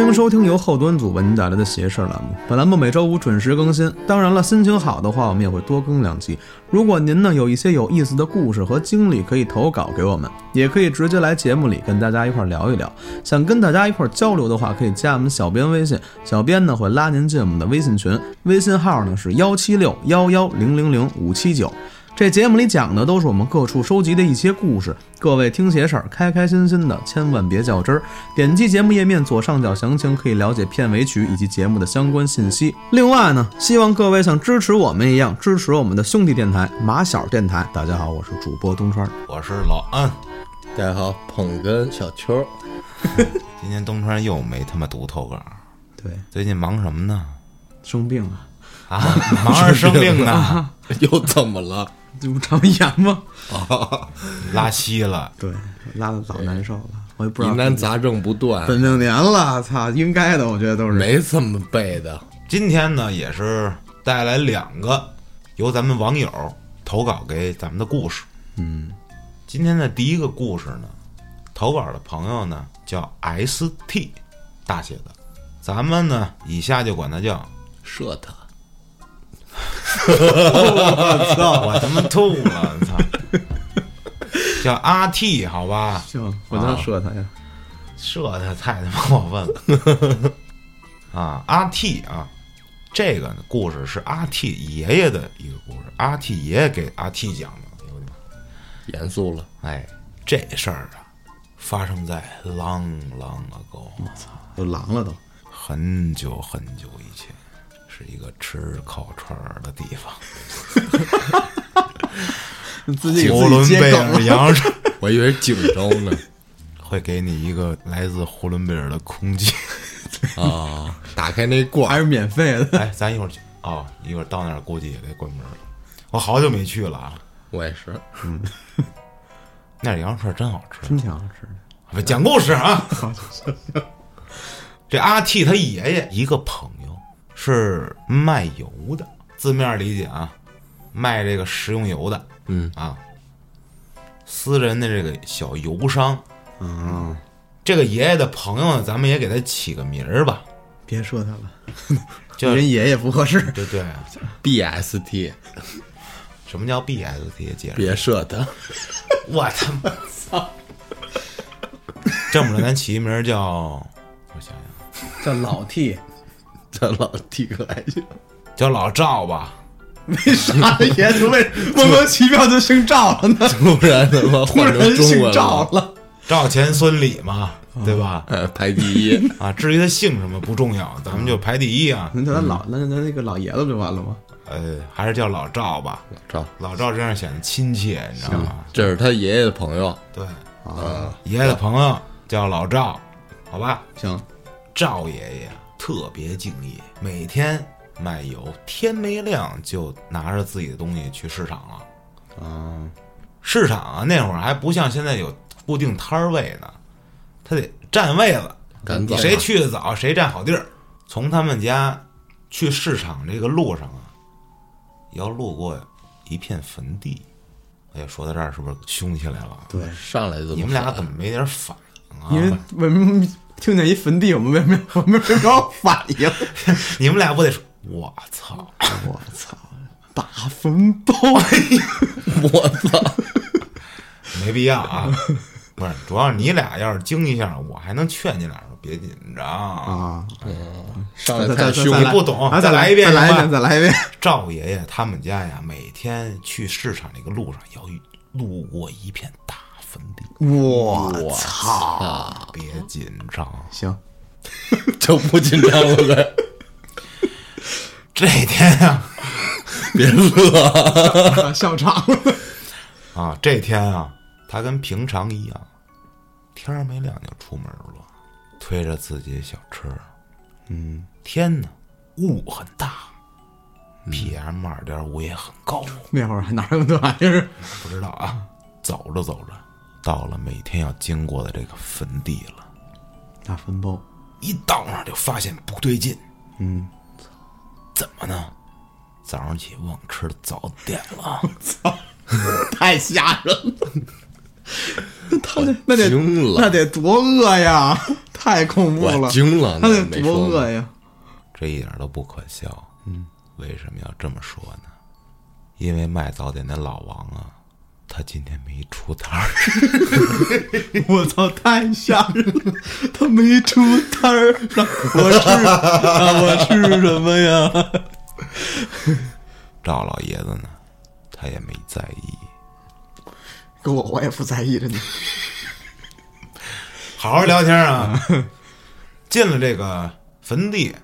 迎收听由后端组为您带来的“邪事儿”栏目。本栏目每周五准时更新，当然了，心情好的话，我们也会多更两期。如果您呢有一些有意思的故事和经历，可以投稿给我们，也可以直接来节目里跟大家一块儿聊一聊。想跟大家一块儿交流的话，可以加我们小编微信，小编呢会拉您进我们的微信群，微信号呢是幺七六幺幺零零零五七九。这节目里讲的都是我们各处收集的一些故事，各位听邪事儿，开开心心的，千万别较真儿。点击节目页面左上角详情，可以了解片尾曲以及节目的相关信息。另外呢，希望各位像支持我们一样支持我们的兄弟电台马小电台。大家好，我是主播东川。我是老安。大家好，捧哏小秋，今天东川又没他妈读投稿，对，最近忙什么 呢？生病了，啊，忙着生病呢， 又怎 么了？这不肠胃炎吗？ 拉稀了。对，拉的老难受了，我也不疑知道。难杂症不断，本命年了，操，应该的，我觉得都是。没这么背的。今天呢，也是带来两个由咱们网友投稿给咱们的故事。嗯，今天的第一个故事呢，投稿的朋友呢叫 S T，大写的，咱们呢以下就管他叫 射他，我他妈吐了，操，叫阿 T 好吧？行，我就说他呀。这他太他妈过分了 啊！阿 T 啊，这个故事是阿 T 爷爷的一个故事，阿 T 爷爷给阿 T 讲的。有点严肃了，哎，这事儿啊，发生在 long long ago，都狼了都。很久很久以前，是一个吃烤串儿的地方，自己给呼自伦己接贝啊梗尔了。羊肉串儿我以为是锦州 呢。会给你一个来自呼伦贝尔的空气。 啊，打开那罐还儿，是免费的，哎，咱一会儿去哦，一会儿到那儿估计也得关门了。我好久没去了啊。我也是。那儿羊肉串儿真好吃。啊真啊挺好吃的。不讲故事啊， 这阿 T 他爷爷一个朋友是卖油的，字面理解啊，卖这个食用油的，嗯啊，私人的这个小油商。嗯，这个爷爷的朋友呢，咱们也给他起个名儿吧，别说他了，叫人爷爷不合适。对对， BST，什么叫 BST 介绍？别射他，啊我他妈操！这么着，咱起一名儿叫，我想想，叫老 T，这老弟可爱去。叫老赵吧。为 啥爷就为莫名其妙就姓赵了呢？突然他妈 突换然成中姓文赵了，了，赵钱孙李嘛，对吧？呃，排第 一。啊，至于他姓什么不重要，咱们就排第一啊。那叫他老那那那个老爷子不就完了吗？呃，还是叫老赵吧，老赵，老赵这样显得亲切，你知道吗？这是他爷爷的朋友，对，呃啊，爷爷的朋友叫老赵，好吧？行，赵爷爷特别敬业，每天卖油，天没亮就拿着自己的东西去市场了。啊，市场啊，那会儿还不像现在有固定摊儿位呢，他得占位子，赶你早谁去的早，谁占好地儿。从他们家去市场这个路上啊，要路过一片坟地。哎呀，说到这儿是不是凶起来了？对，上来就这么你们俩喊怎么没点反应啊？因为为什么听见一坟地，我们为什么我们为什么要反应？你们俩不得说，我操！ 我操，哎大坟包！我操， 没必要 啊。不是，主要你俩要是惊一下，我还能劝你俩说别紧张啊。啊，上哎来太凶你了。不懂啊，再再来一遍再来一行遍，吧再来一遍。赵爷爷他们家呀，每天去市场这个路上要路过一片大坟地，我操！别紧张。行， 就不紧张了呗，这天啊别乐。啊笑场了。 啊，这天啊，他跟平常一样，天儿没亮就出门了，推着自己的小车。嗯，天呢，雾很大，PM 嗯二点五也很高。那会儿还哪有那玩意儿？不知道啊。走着走着，到了每天要经过的这个坟地了，大坟包，一到那儿就发现不对劲。嗯，怎么呢？早上起忘吃早点 了，太 吓人了。那得惊了那得多饿呀！太恐怖我了，惊了，他得没多说呢恶呀！这一点都不可笑。嗯，为什么要这么说呢？因为卖早点的老王啊，他今天没出摊儿。我操，太吓人了！他没出摊儿，让我吃，让我吃什么呀？赵老爷子呢，他也没在意。跟我我也不在意着呢。好好聊天啊！ 进了这个坟地，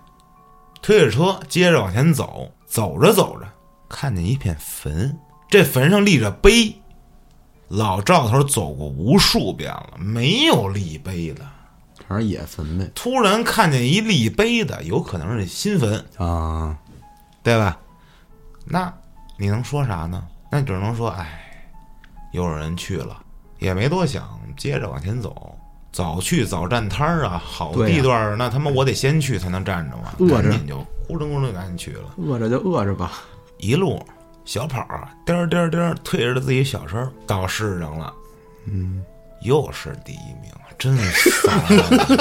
推着车接着往前走，走着走着，看见一片坟，这坟上立着碑。老赵头走过无数遍了，没有立碑的。还是野坟呗突然看见一立碑的，有可能是新坟，啊！对吧？那你能说啥呢？那只能说，哎，又有人去了，也没多想，接着往前走，早去早占摊儿啊，好对呀地段儿、那他妈我得先去才能站着嘛，饿着赶紧就咕噜咕噜赶紧去了，饿着就饿着吧，一路小跑儿，颠儿颠儿颠儿，推着自己小车儿到市上了，嗯，又是第一名，真烦。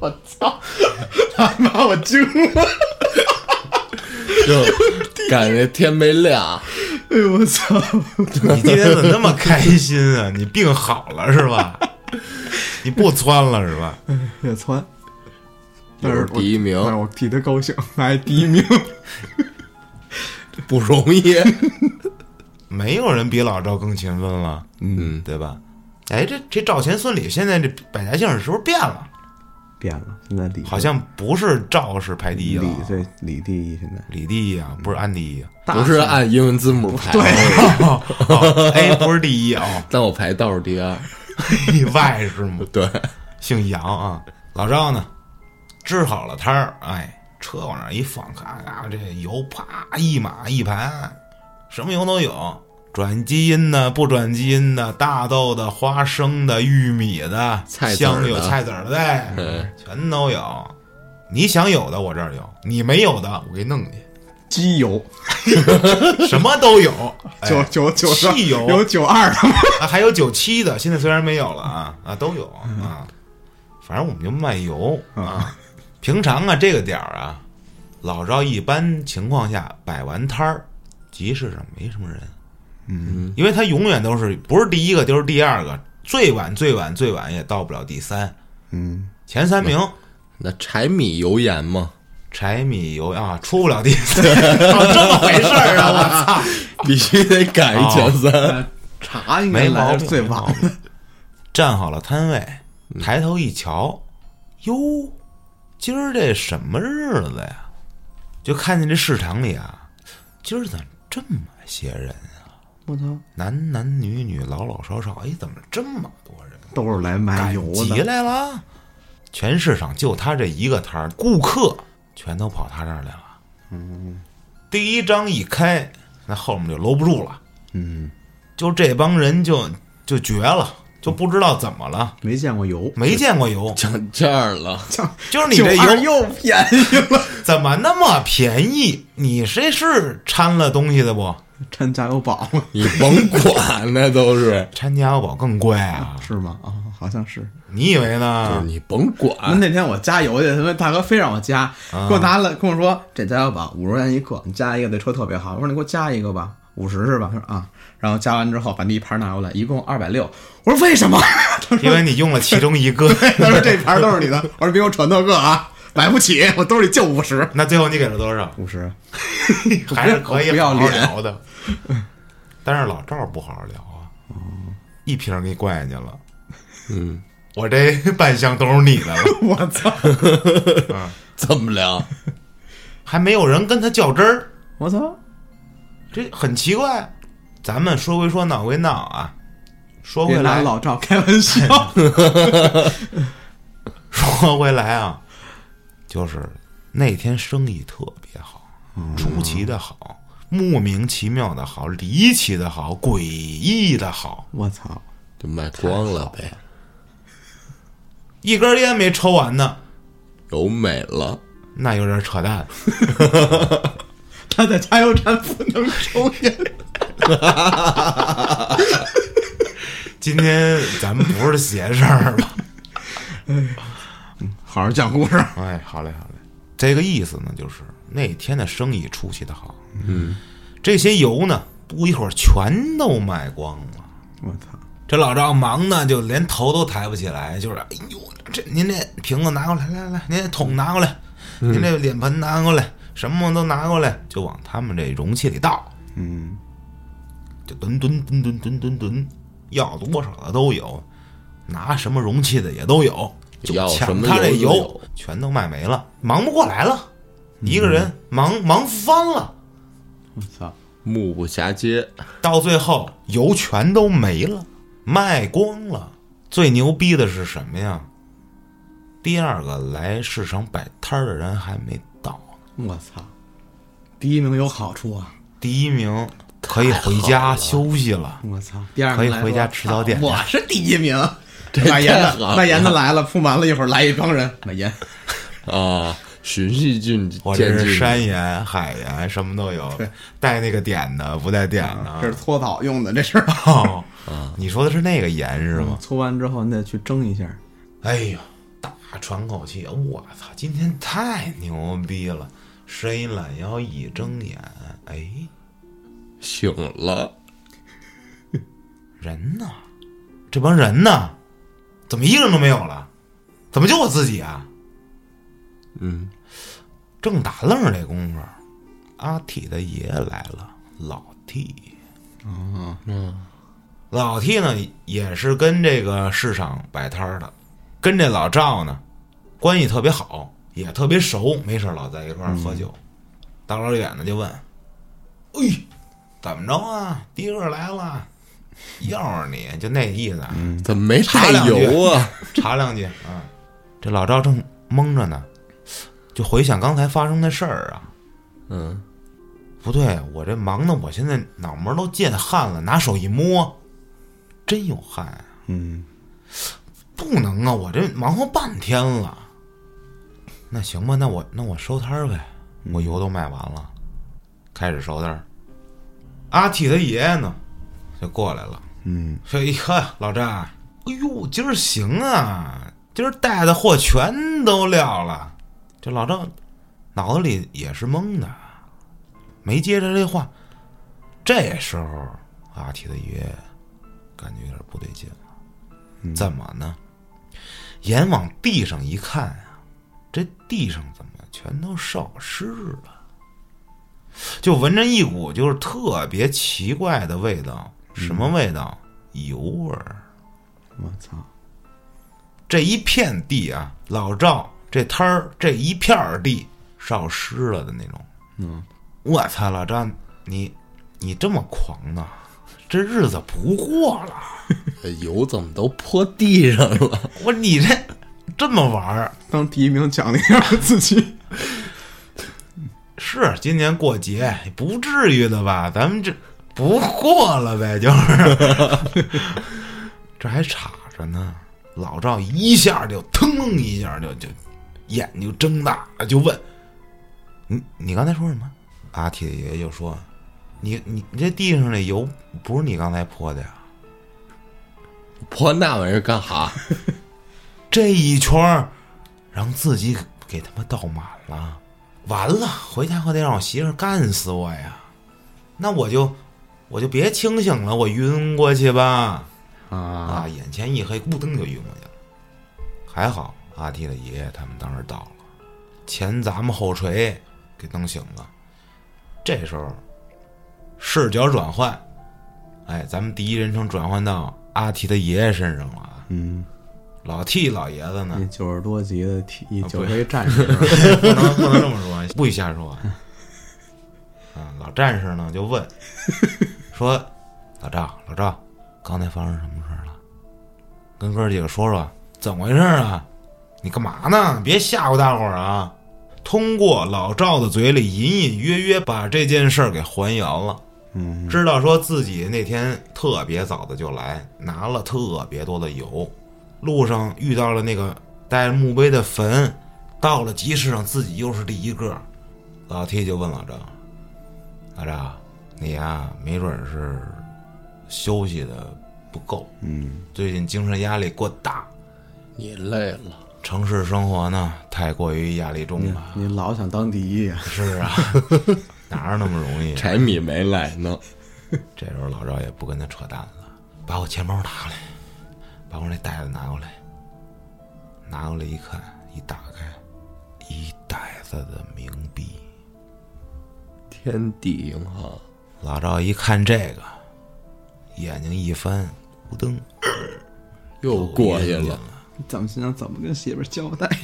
妈，我惊了！就感觉天没亮，哎呦我操！你今天怎么那么开心啊？你病好了是吧？你不窜了是吧？也窜，又但是是我第一名，哦但是哎我替他高兴，拿一第一名。不容易。没有人比老赵更勤奋了，嗯，对吧？哎，这这赵钱孙李现在这百家姓是不是变了？变了，现在李好像不是赵氏排第一了，李对李第一，现在李第一啊，不是安 第一啊，不是按英文字母排， 哦哎，不是第一啊、但我排倒数第二。哦、，Y 是吗？对，姓杨啊，老赵呢，支好了摊儿，哎，车往那儿一放，咔咔，这油啪一码一盘，什么油都有，转基因的、不转基因的、大豆的、花生的、玉米的、菜籽儿香的油、菜籽儿的，哎 嗯全都有。你想有的我这儿有，你没有的我给你弄去，机油 什么 都有，哎九九九十汽油有九二的吗？啊，还有九七的，现在虽然没有了啊啊都有嗯啊，反正我们就卖油啊。平常啊这个点儿啊，老赵一般情况下摆完摊儿，集市上没什么人，嗯，因为他永远都是不是第一个就是第二个，最晚最晚最晚也到不了第三，嗯，前三名。那柴米油盐嘛，柴米油啊，出不了第三，哦这么回事儿啊！我操，必须得赶一前三。茶应没毛来病，是最没旺毛。病。站好了摊位，抬头一瞧，哟，今儿这什么日子呀？就看见这市场里啊，今儿怎么这么些人啊？我操，男男女女，老老少少，哎，怎么这么多人？都是来买油赶集的。来了，全市场就他这一个摊儿，顾客全都跑他这儿来了。嗯，第一张一开，那后面就搂不住了。嗯，就这帮人就就绝了，就不知道怎么了，没见过油，没见过油，讲这儿了，就是你这92油又便宜了，怎么那么便宜？你这是掺了东西的不？掺加油宝了你甭管，那都是， 掺加油宝更贵啊！是吗？啊，好像是。你以为就是呢？你甭啊那管，那天我加油去，他妈大哥非让我加，给我拿了，跟我说这加油宝五十块钱一克，你加一个对车特别好。我说你给我加一个吧，五十是吧？他说啊，然后加完之后把那一盘拿过来，一共二百六。我说为什么？ 他因为你用了其中一个，他说这盘都是你的。我说别给我传那个啊，买不起，我兜里就五十。那最后你给了多少？五十，还是可以不要好好脸聊的。但是老赵不好好聊啊，一瓶给你灌下去了，嗯， 我这半箱都是你的了， 我操！怎么聊？还没有人跟他较真儿。我操！这很奇怪。咱们说归说，闹归闹啊，说别回拿来，老赵开玩 笑。说回来啊，就是那天生意特别好，出奇的好，莫名其妙的好，离奇的好，诡异的好，我操！就卖光了呗，一根烟没抽完呢，油没了，那有点扯淡。他在加油站不能抽烟，今天咱们不是邪事儿吧？好好讲故事。 哎，好嘞，好嘞。这个意思呢，就是那天的生意出奇的好。嗯，这些油呢，不一会儿全都卖光了。我操，这老赵忙呢，就连头都抬不起来，就是哎呦，这您这瓶子拿过来，来来，您这桶拿过来，您这脸盆拿过来，什么都拿过来，就往他们这容器里倒。嗯，就吨吨吨吨吨吨吨，要多少的都有，拿什么容器的也都有，就要什抢么他这油都油有全都卖没了，忙不过来了，一个人忙忙翻了，我操，目不暇接，到最后油全都没了，卖光了。最牛逼的是什么呀？第二个来市场摆摊儿的人还没到，我操，第一名有好处啊！第一名可以回家休息了。我操，第二可以名来回说家吃早点操我是第一名。卖太盐好的了卖盐的来了，铺满了一会儿来一帮人卖盐。啊，循序渐进，我这是山盐、海盐，什么都有，带那个点的，不带点啊这的是。搓澡用的，这是哦，你说的是那个盐是吗？搓完之后你得去蒸一下，哎呦，大喘口气，我操，今天太牛逼了！伸一懒腰，一睁眼，哎，醒了，人呢？这帮人呢？怎么一个人都没有了？怎么就我自己啊？嗯，正打愣儿这功夫，阿 T 的爷爷来了，老 T。嗯，老 T 呢也是跟这个市场摆摊儿的，跟这老赵呢关系特别好，也特别熟，没事儿老在一块儿喝酒。大老远的就问：“哎，怎么着啊？第一个来了，要是你就那意思啊。怎么没查带两句油 啊？查两句啊。这老赵正蒙着呢，就回想刚才发生的事儿啊。嗯，不对，我这忙的，我现在脑门都见汗了，拿手一摸，真有汗啊！嗯，不能啊，我这忙活半天了。那行吧，那我那我收摊儿呗，我油都卖完了，开始收摊儿。阿体他爷爷呢，就过来了，嗯，说：“哎呵，老张啊，哎呦，今儿行啊，今儿带的货全都撂了。”这老赵脑子里也是懵的，没接着这话。这时候，阿体的爷爷感觉有点不对劲了。怎么呢？眼往地上一看啊，这地上怎么全都烧湿了？就闻着一股就是特别奇怪的味道，什么味道？油味儿。我操，这一片地啊，老赵这摊儿这一片儿地烧湿了的那种。嗯，我操，老赵，你你这么狂呢、这日子不过了。这油怎么都泼地上了？我说你这这么玩儿，当第一名奖励一下自己。是今年过节，不至于的吧？咱们这不过了呗，就是。 这还岔着呢，老赵一下就腾楞一下就就眼睛睁大了，就问：“你你刚才说什么？”阿铁爷就说：“你你你这地上的油不是你刚才泼的呀？泼那玩意儿干哈？这一圈儿让自己给他妈倒满了，完了，回家可得让我媳妇儿干死我呀！那我就我就别清醒了，我晕过去吧。啊，眼前一黑，咕噔就晕过去了。还好阿 T 的爷爷他们当时到了，前砸们后锤给弄醒了。这时候视角转换，哎，咱们第一人称转换到阿 T 的爷爷身上了啊。嗯，老 T 老爷子呢嗯你，九十多级的体啊九不十一战士， 不能不能这么说，不许瞎说。啊，老战士呢就问说：“老赵，老赵，刚才发生什么事儿了？跟哥儿几个说说，怎么回事儿啊？你干嘛呢？别吓唬大伙儿啊！”通过老赵的嘴里，隐隐约约把这件事儿给还原了。嗯，知道说自己那天特别早的就来，拿了特别多的油，路上遇到了那个带着墓碑的坟，到了集市上自己又是第一个。老 T 就问老赵：“老赵，你呀、没准儿是休息的不够，嗯，最近精神压力过大，你累了，城市生活呢，太过于压力中 了。你老想当第一呀？是啊，哪有那么容易？柴米没来呢。这时候老赵也不跟他扯淡了，把我钱包拿过来，把我那袋子拿过来，拿过来一看，一打开，一袋子的冥币。天地银行，老赵一看这个，眼睛一翻，咕噔又过去晕进了。怎么心想怎么跟媳妇儿交代呀？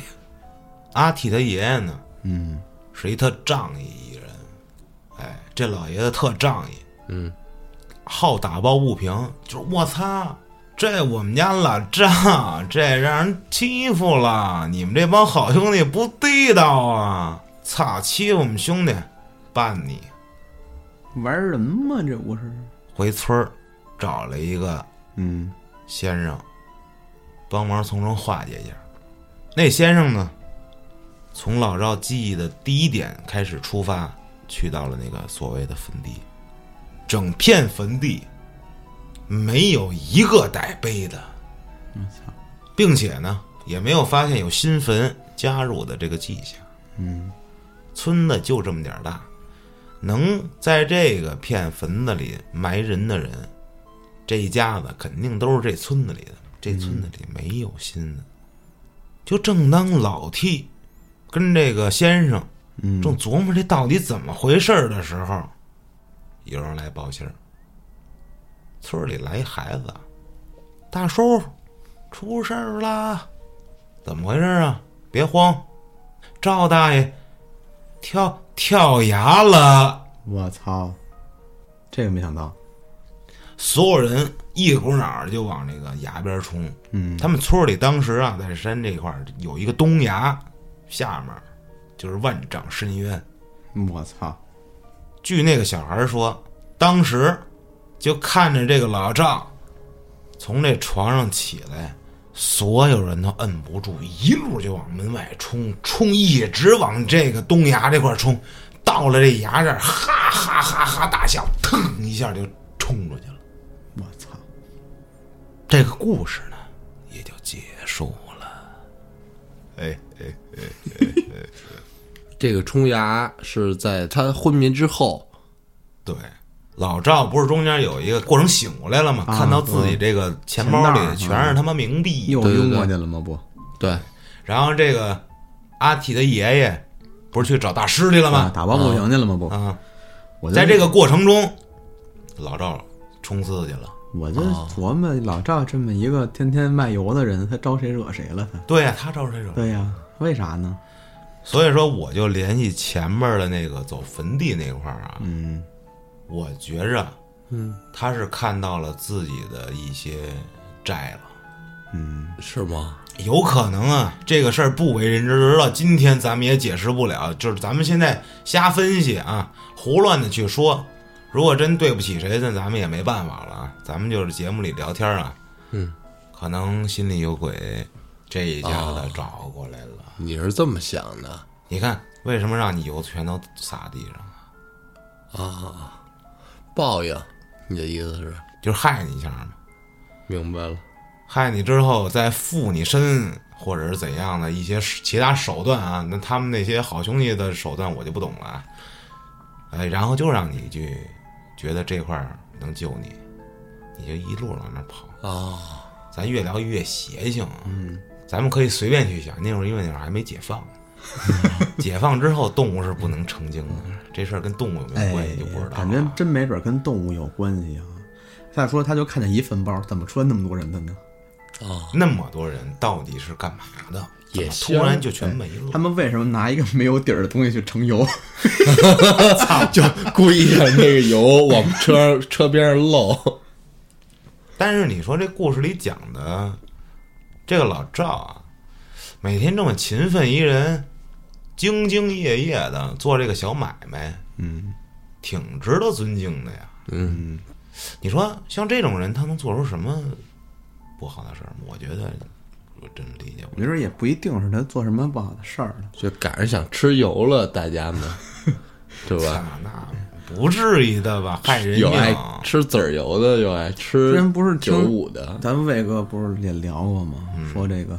阿体他爷爷呢，嗯，是一特仗义一人。哎，这老爷子特仗义，嗯，好打抱不平，就是我操，这我们家老赵这让人欺负了，你们这帮好兄弟不地道啊！操，欺负我们兄弟，办你！玩人吗？这不是？回村儿找了一个嗯，先生帮忙从中化解一下。那先生呢，从老赵记忆的第一点开始出发，去到了那个所谓的坟地，整片坟地没有一个带碑的，并且呢，也没有发现有新坟加入的这个迹象。嗯，村子就这么点儿大，能在这个片坟子里埋人的人，这一家子肯定都是这村子里的，这村子里没有新的。就正当老 T 跟这个先生正琢磨这到底怎么回事儿的时候，有人来报信儿，村儿里来一孩子，大叔，出事儿啦！怎么回事儿啊？别慌，赵大爷跳跳崖了。我操，这个没想到，所有人一股脑儿就往那个崖边冲。嗯，他们村儿里当时啊，在山这块儿有一个东崖，下面儿就是万丈深渊。我操，据那个小孩儿说，当时就看着这个老赵从这床上起来，所有人都摁不住，一路就往门外冲，冲一直往这个东崖这块儿冲，到了这崖这儿，哈哈哈哈大笑，腾一下就冲出去了。我操，这个故事呢，也就结束了。哎哎，这个冲牙是在他昏迷之后，对，老赵不是中间有一个过程醒过来了吗？看到自己这个啊钱嗯包里嗯全是他妈冥币，又对对晕对过去了吗？不，对，然后这个阿体的爷爷不是去找大师去了啊，吗？打抱不平去了吗？不，啊，我就在这个过程中，老赵冲刺去了。我就哦琢磨老赵这么一个天天卖油的人，他招谁惹谁了？他，对呀、他招谁惹？对呀，为啥呢？所以说，我就联系前面的那个走坟地那块儿啊，嗯，我觉着，嗯，他是看到了自己的一些债了。是吗？有可能啊，这个事儿不为人知，直到今天咱们也解释不了。就是咱们现在瞎分析啊，胡乱的去说。如果真对不起谁，那咱们也没办法了啊。咱们就是节目里聊天啊，嗯，可能心里有鬼，这一家子找过来了。你是这么想的你看，为什么让你油全都撒地上了？啊？报应，你的意思是？就是害你一下嘛，明白了，害你之后再附你身，或者是怎样的一些其他手段啊？那他们那些好兄弟的手段我就不懂了啊。哎，然后就让你去觉得这块儿能救你，你就一路往那儿跑。啊，咱越聊越邪性啊。嗯，咱们可以随便去想，那会儿因为那会儿还没解放呢。解放之后，动物是不能成精的，这事儿跟动物有没哎有关系就不知道了啊。感觉真没准跟动物有关系啊。再说，他就看见一坟包，怎么出来那么多人的呢？哦 那么多人到底是干嘛的？怎也么突香然就全没了他。们为什么拿一个没有底儿的东西去盛 油？就故意让那个油往车车边上漏。但是你说这故事里讲的这个老赵啊，每天这么勤奋一人，兢兢业业的做这个小买卖，嗯，挺值得尊敬的呀。嗯，你说像这种人，他能做出什么不好的事儿吗？我觉得我真理解不没了。准也不一定是他做什么不好的事儿了。就赶上想吃油了，大家们，对吧？那那不至于的吧？害人啊哎有命。爱吃籽儿油的，有爱吃之前不是听九五的，咱们魏哥不是也聊过吗？说这个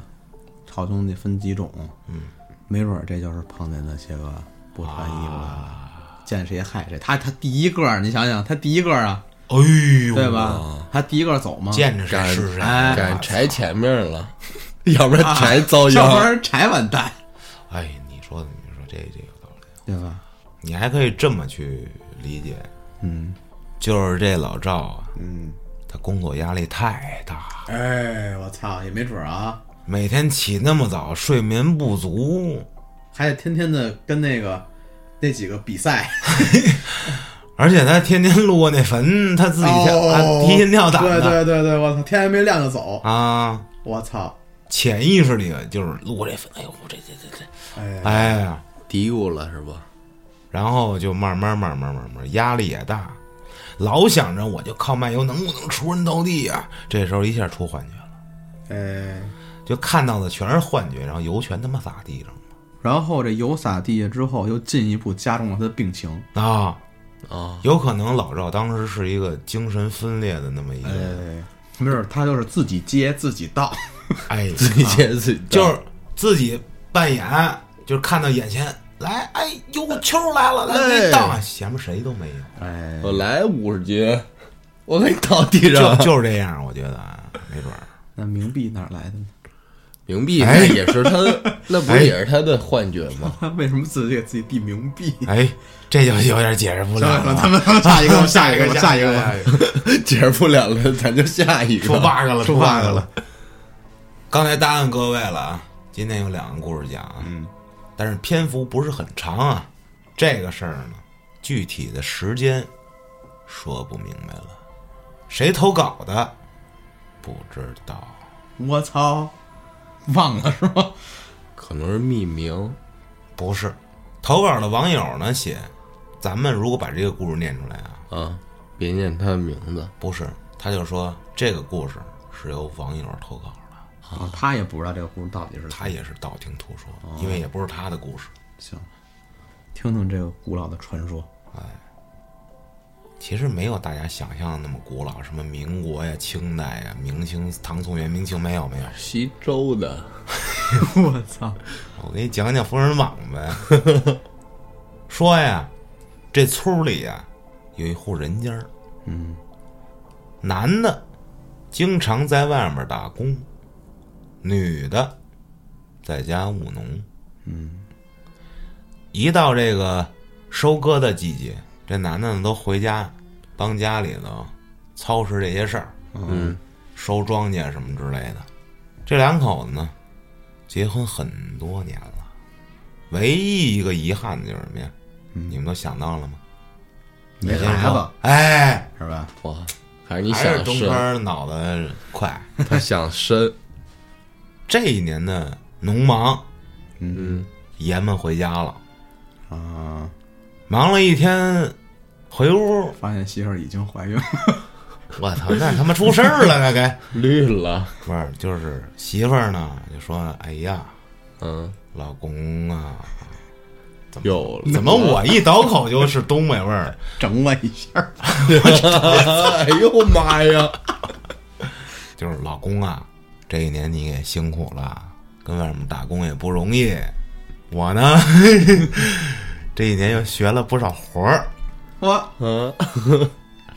好兄弟分几种，嗯，没准儿这就是碰见那些个不穿衣服的，见谁害谁。他他第一个儿，你想想，他第一个儿啊，哎呦，对？吧？他第一个儿走嘛， 见着谁是谁，啊哎赶柴前面了，要不然柴遭要不殃。然柴完蛋，哎，你说的，你说这这个道理，对吧？你还可以这么去理解，嗯，就是这老赵啊，嗯，他工作压力太大，哎，我操，也没准儿啊，每天起那么早，睡眠不足，还得天天的跟那个那几个比 赛，而且他天天路过那坟，他自己先、哦啊提心吊胆的对对对对，我操，天还没亮就走，啊，我操，潜意识里就是路过这坟，哎呦，这这这这，哎哎呀，嘀咕了是吧？然后就慢慢慢慢慢慢压力也大，老想着我就靠卖油能不能出人头地啊？这时候一下出幻觉了，哎。就看到的全是幻觉，然后油全他妈撒地上然后这油撒地下之后，又进一步加重了他的病情。了啊！啊，有可能老赵当时是一个精神分裂的那么一个人，哎，没准他就是自己接自己倒。哎，自己接自己 就是自己扮演，就是看到眼前来，哎，油球来了，来给哎你倒，前面谁都没有。哎，我来五十斤，我给你倒地就上。就是这样，我觉得啊，没准儿。那冥币哪儿来 的呢？冥币哎那也是他，那不是也是他的幻觉吗？他为什么自己给自己递冥币？哎，这就有点解释不了了。 咱们下一个吧，下一个吧，下一个吧。解释不了了，咱就下一出个 bug 吧。了，出出 bug 了。刚才答案各位了啊，今天有两个故事讲啊，嗯，但是篇幅不是很长啊。这个事儿呢，具体的时间说不明白了，谁投稿的不知道。我操，忘了是吗？可能是匿名，不是，投稿的网友呢写，咱们如果把这个故事念出来啊，啊，别念他的名字，不是，他就说这个故事是由网友投稿的，啊，他也不知道这个故事到底是他也是道听途说，因为也不是他的故事。行。听听这个古老的传说，其实没有大家想象的那么古老，什么民国呀、清代呀、明清、唐宋元明清没有没有。西周的，我操！我给你讲讲封神榜呗。说呀，这村儿里呀有一户人家，嗯，男的经常在外面打工，女的在家务农。嗯，一到这个收割的季节，这男的呢都回家帮家里头操持这些事儿，嗯，收庄稼什么之类的。这两口子呢，结婚很多年了，唯一一个遗憾的就是什么呀？你们都想到了吗？没嗯孩子哎，是吧？哇，还是你还是想东深，哥脑子 快。他想 深，这一年的农忙，嗯，爷们回家了，啊，忙了一天，回屋，发现媳妇儿已经怀孕 了，我操，那他妈出事儿了，那 该绿了，不是就是媳妇儿呢，就说：“哎呀，嗯，老公啊，有了，怎么 我一倒口就是东北味儿？”整我一下儿。哎呦妈呀！就是老公啊，这一年你也辛苦了，跟外面打工也不容易。我呢， 这一年又学了不少活儿。我嗯，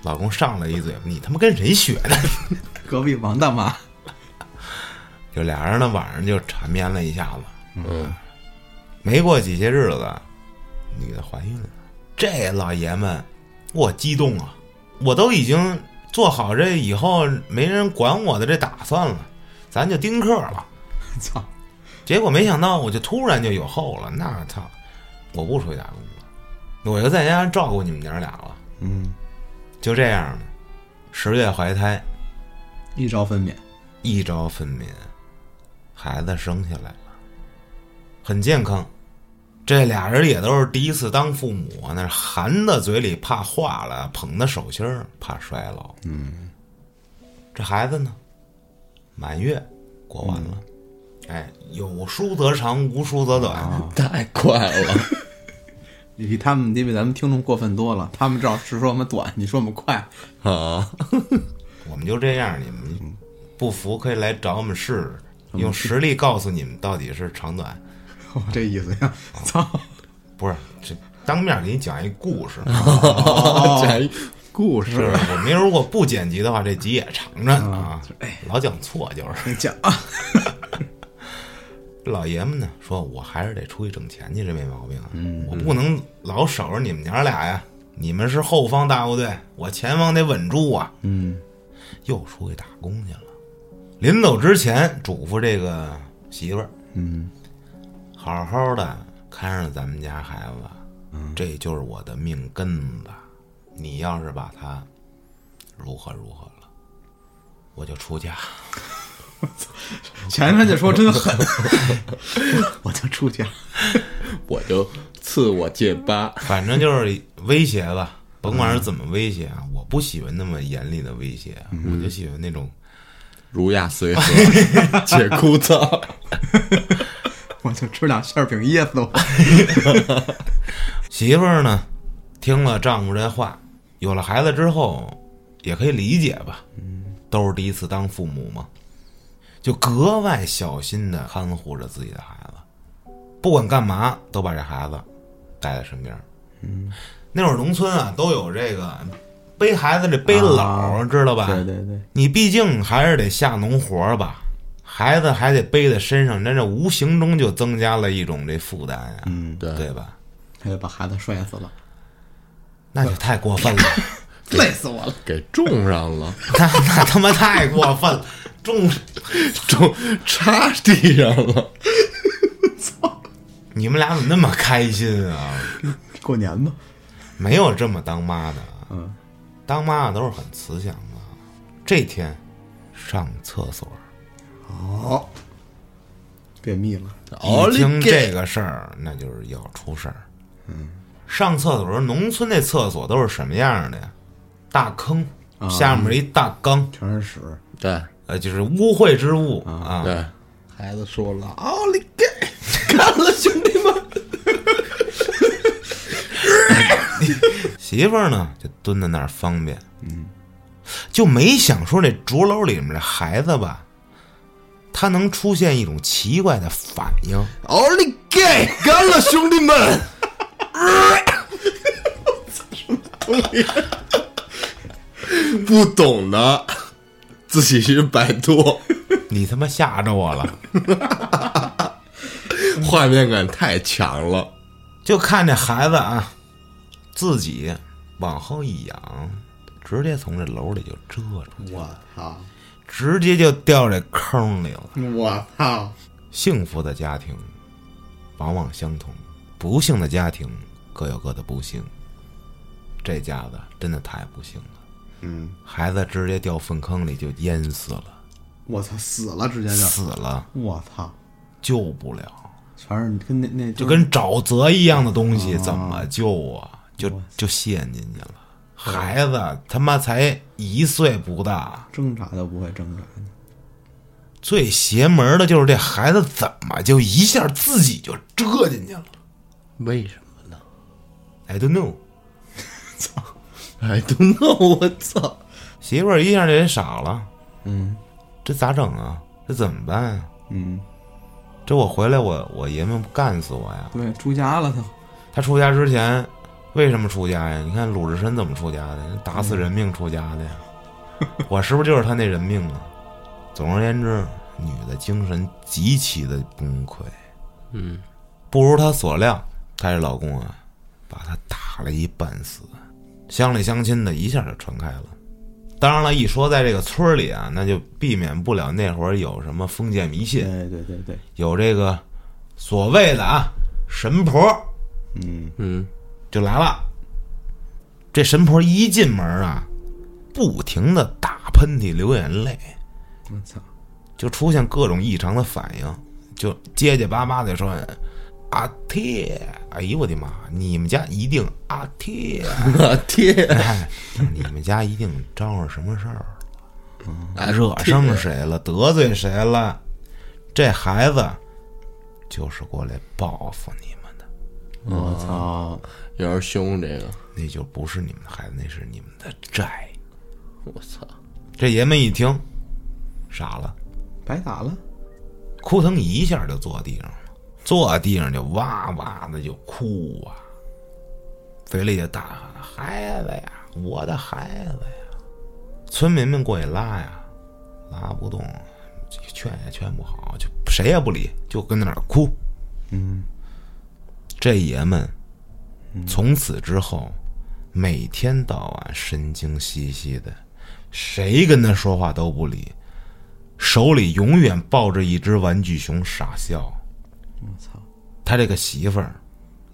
老公上来一嘴巴，你他妈跟谁学的？隔壁王大妈，就俩人呢，晚上就缠绵了一下子。嗯，没过几些日子，女的怀孕了。这老爷们，我激动啊！我都已经做好这以后没人管我的这打算了，咱就丁克了。操！结果没想到，我就突然就有后了。那操，我不出去打工了，我就在家照顾你们娘俩了。嗯，就这样的，十月怀胎，一朝分娩，一朝分娩，孩子生下来了，很健康。这俩人也都是第一次当父母啊，那含的嘴里怕化了，捧的手心儿怕衰老。嗯，这孩子呢，满月过完了，哎，有书则长，无书则短。太快了，你比他们，你比咱们听众过分多了。他们照是说我们短，你说我 们快，啊，我们就这样，你们不服可以来找我们试试。用实力告诉你们到底是长短。哦这意思呀，操！不是，这当面给你讲一故事，哦这还故是事我明儿如果不剪辑的话，这集也长着呢啊，老讲错就是。你讲啊，老爷们呢说，我还是得出去挣钱去，这没毛病啊，我不能老守着你们娘俩呀。你们是后方大部队，我前方得稳住啊。嗯，又出去打工去了。临走之前嘱咐这个媳妇儿，嗯，好好的看着咱们家孩子，嗯，这就是我的命根子。你要是把他如何如何了，我就出家。前面就说真狠， 我就出家。我就赐我戒疤，反正就是威胁吧，甭管是怎么威胁啊，我不喜欢那么严厉的威胁啊，我就喜欢那种儒雅 随和，解枯燥。我就吃俩馅儿饼噎死我。媳妇儿呢。听了丈夫这话，有了孩子之后，也可以理解吧，都是第一次当父母嘛，就格外小心的看护着自己的孩子，不管干嘛都把这孩子带在身边。嗯，那会儿农村啊，都有这个背孩子这背篓儿，知道吧？对对对，你毕竟还是得下农活儿吧，孩子还得背在身上，那这无形中就增加了一种这负担呀、嗯，对，对吧？还得哎把孩子摔死了，那就太过分了， 累死我了。给种上了，那那他妈太过分了，重种插地上了，你们俩怎么那么开心啊？过年吧，没有这么当妈的，嗯，当妈的都是很慈祥的。这天上厕所，哦，便秘了，奥一利听给这个事儿，那就是要出事儿。嗯，上厕所时候，农村那厕所都是什么样的呀？大坑，下面一大缸，全是屎。对呃，就是污秽之物啊。对， 孩子说了，奥利给，看了兄弟们，媳妇儿呢，就蹲在那儿方便，嗯，就没想说那竹篓里面的孩子吧，他能出现一种奇怪的反应。奥利给，干了，兄弟们！不懂的自己去百度，你他妈吓着我 了！画面感太强了。就看这孩子啊，自己往后一仰，直接从这篓里就遮出去，我操，直接就掉这坑里了。我操，幸福的家庭往往相同，不幸的家庭各有各的不幸。这家子真的太不幸了，嗯，孩子直接掉粪坑里就淹死了，我操，死了直接就，死了我操，救不了，全是跟那那就啊跟沼泽一样的东西怎么救啊？就就陷进去了。孩子他妈才一岁不大，挣扎都不会挣扎呢。最邪门的就是这孩子怎么就一下自己就折进去了为什么呢？I don't know。 ？I don't know，我 操！媳妇儿一下就给傻了，嗯，这咋整啊？这怎么办啊？嗯，这我回来我我爷们不干死我呀！对，出家了都，他出家之前为什么出家呀？你看鲁智深怎么出家的？打死人命出家的呀！我是不是就是他那人命啊？总而言之，女的精神极其的崩溃，嗯，不如她所料，她这老公啊，把她打了一半死，乡里乡亲的一下就传开了。当然了，一说在这个村儿里啊，那就避免不了那会儿有什么封建迷信，对对对对，有这个所谓的啊神婆，嗯，就来了。这神婆一进门啊，不停的打喷嚏、流眼泪，我操，就出现各种异常的反应，就结结巴巴的说：“阿贴，哎呦我的妈，你们家一定啊阿贴，我啊天，哎你们家一定招惹什么事儿了，惹上谁了，得罪谁了？这孩子就是过来报复你们的，我操，啊有点凶这个，那就不是你们的孩子，那是你们的债。”我操！这爷们一听，傻了，白打了，枯藤一下就坐地上了，坐地上就哇哇的就哭啊，嘴里就大喊：“孩子呀，我的孩子呀！”村民们过去拉呀，拉不动，劝也劝不好，就谁也不理，就跟那儿哭。嗯，这爷们嗯从此之后，每天到晚神经兮兮的，谁跟他说话都不理，手里永远抱着一只玩具熊傻笑。我操，他这个媳妇儿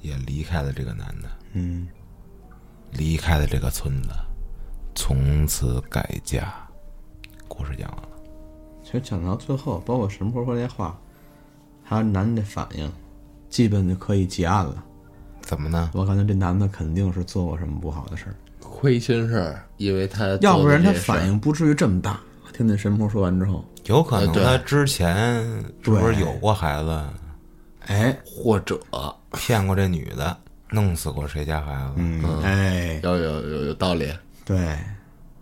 也离开了这个男的，嗯，离开了这个村子，从此改嫁。故事讲完了，其实讲到最后，包括神婆说这话，还有男的反应，基本就可以结案了。怎么呢？我感觉这男的肯定是做过什么不好的事儿，亏心事儿，因为他要不然他反应应不至于这么大。听那神婆说完之后，有可能呃对他之前是不是对有过孩子，哎或者骗过这女的，弄死过谁家孩子？嗯，哎，要有有有道理，对，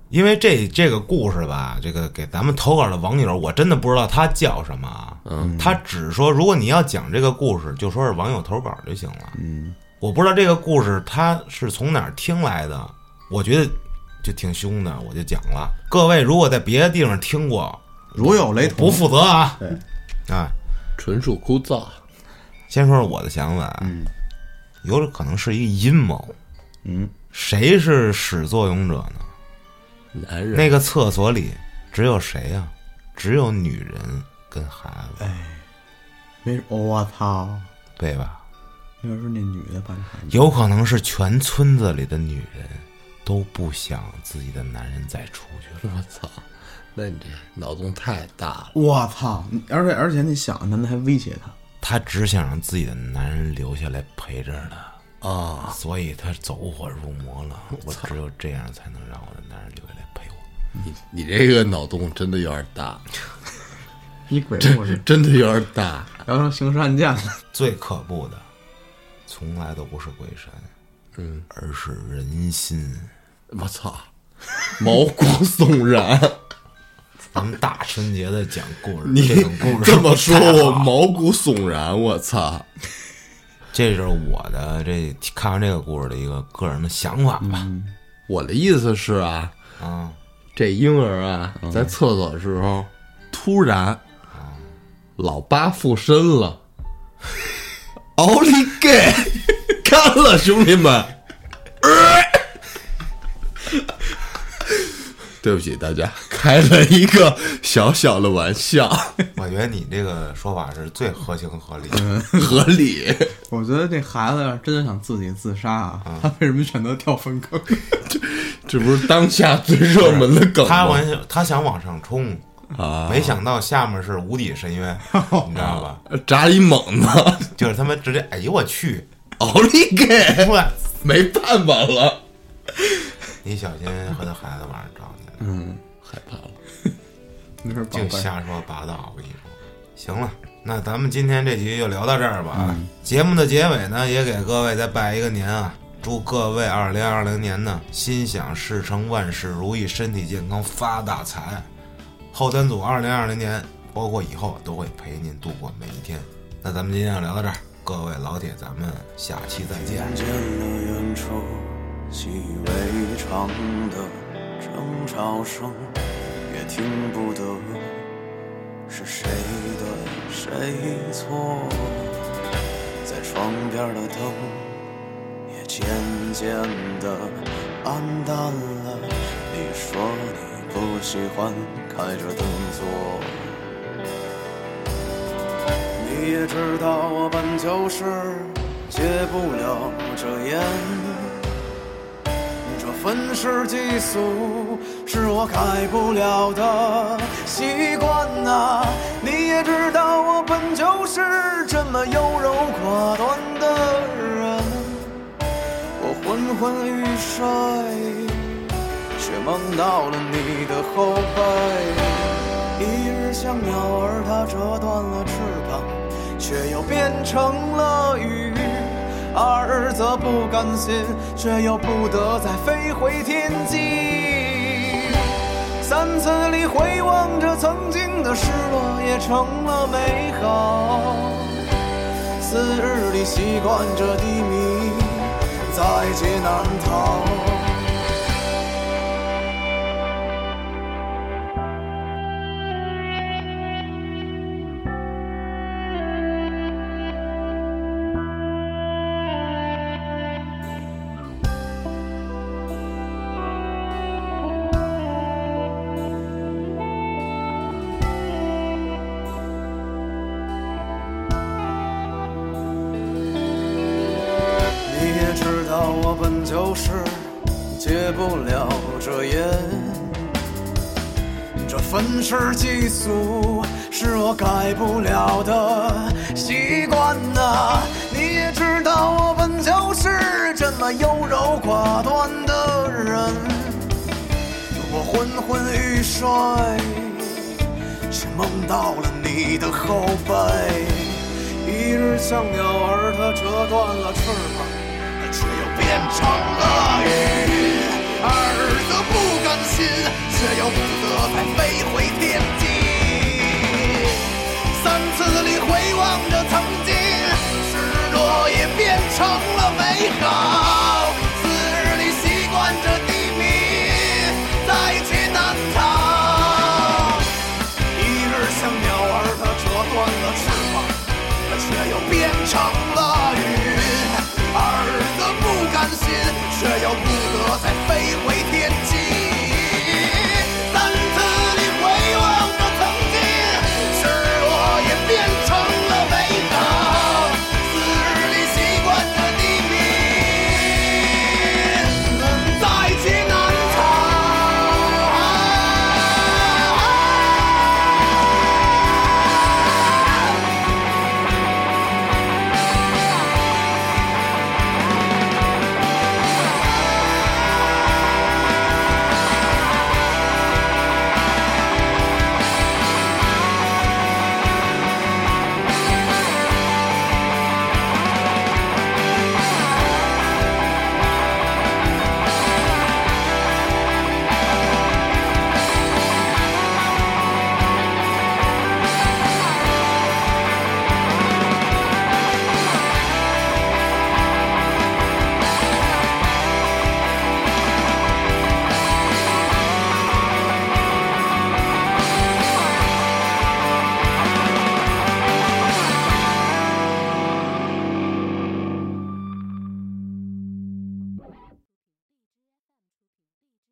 因为这这个故事吧，这个给咱们投稿的网友，我真的不知道他叫什么啊。嗯，他只说如果你要讲这个故事，就说是网友投稿就行了。嗯，我不知道这个故事他是从哪儿听来的，我觉得就挺凶的，我就讲了。各位如果在别的地方听过，如有雷同不。负责啊。对，啊，纯属枯燥。先说说我的想法，嗯，有可能是一个阴谋。嗯，谁是始作俑者呢？男人那个厕所里只有谁呀、只有女人跟孩子，哎没准，我操，对吧？要是那女的把你喊有可能是全村子里的女人都不想自己的男人再出去了。我操，那你这脑洞太大了。我操，好，而且而且你想，男的还威胁他，她只想让自己的男人留下来陪着她，啊，所以她走火入魔了。我只有这样才能让我的男人留下来陪我。你你这个脑洞真的有点大，你鬼故事， 真的有点大。聊成刑事案件了。最可怖的，从来都不是鬼神，嗯，而是人心。我操，毛骨悚然。咱们大春节的讲故事， 你这种故事这么说，太我好了毛骨悚然。我操，这是我的这看完这个故事的一个个人的想法吧。我的意思是啊，啊，这婴儿啊，在厕所的时候突然，老八附身了， 奥利给，干了，兄弟们！ 呃对不起大家，开了一个小小的玩笑，我觉得你这个说法是最合情合理的。合理。 我觉得这孩子要是真的想自己自杀啊，他为什么选择跳粪坑？这不是当下最热门的梗他吗？完他想往上冲，啊，没想到下面是无底深渊，你知道吧？扎一猛子，就是他妈直接，哎呦我去！奥利给，我没办法了，你小心和他孩子晚上找你了，害怕了。没事，宝净贝。瞎说八道，我跟你说。行了，那咱们今天这集就聊到这儿吧。啊。嗯节目的结尾呢，也给各位再拜一个年啊！祝各位二零二零年呢，心想事成，万事如意，身体健康，发大财。后端组二零二零年，包括以后，都会陪您度过每一天。那咱们今天就聊到这儿，各位老铁，咱们下期再见。看见了远处习以为常的争吵声，也听不得是谁的谁错。在窗边的灯也渐渐的暗淡了。你说你不喜欢开着灯坐。你也知道我本就是戒不了这烟，这愤世嫉俗是我改不了的习惯呐、你也知道我本就是这么优柔寡断的人，我昏昏欲睡，却梦到了你的后背。一日像鸟儿，它折断了翅膀，却又变成了鱼；二则不甘心，却又不得再飞回天际。三次里回望着曾经的的失落也成了美好。四日里习惯着低迷，在劫难逃。你也知道我本就是戒不了这烟，这愤世嫉俗是我改不了的习惯呐、你也知道我本就是这么优柔寡断的人，我昏昏欲睡，是梦到了你的后背。一日像鸟儿，它折断了翅膀，却又变成了云。二日则不甘心，却又不得再飞回天际。三次里回望着曾经，失落也变成了美好。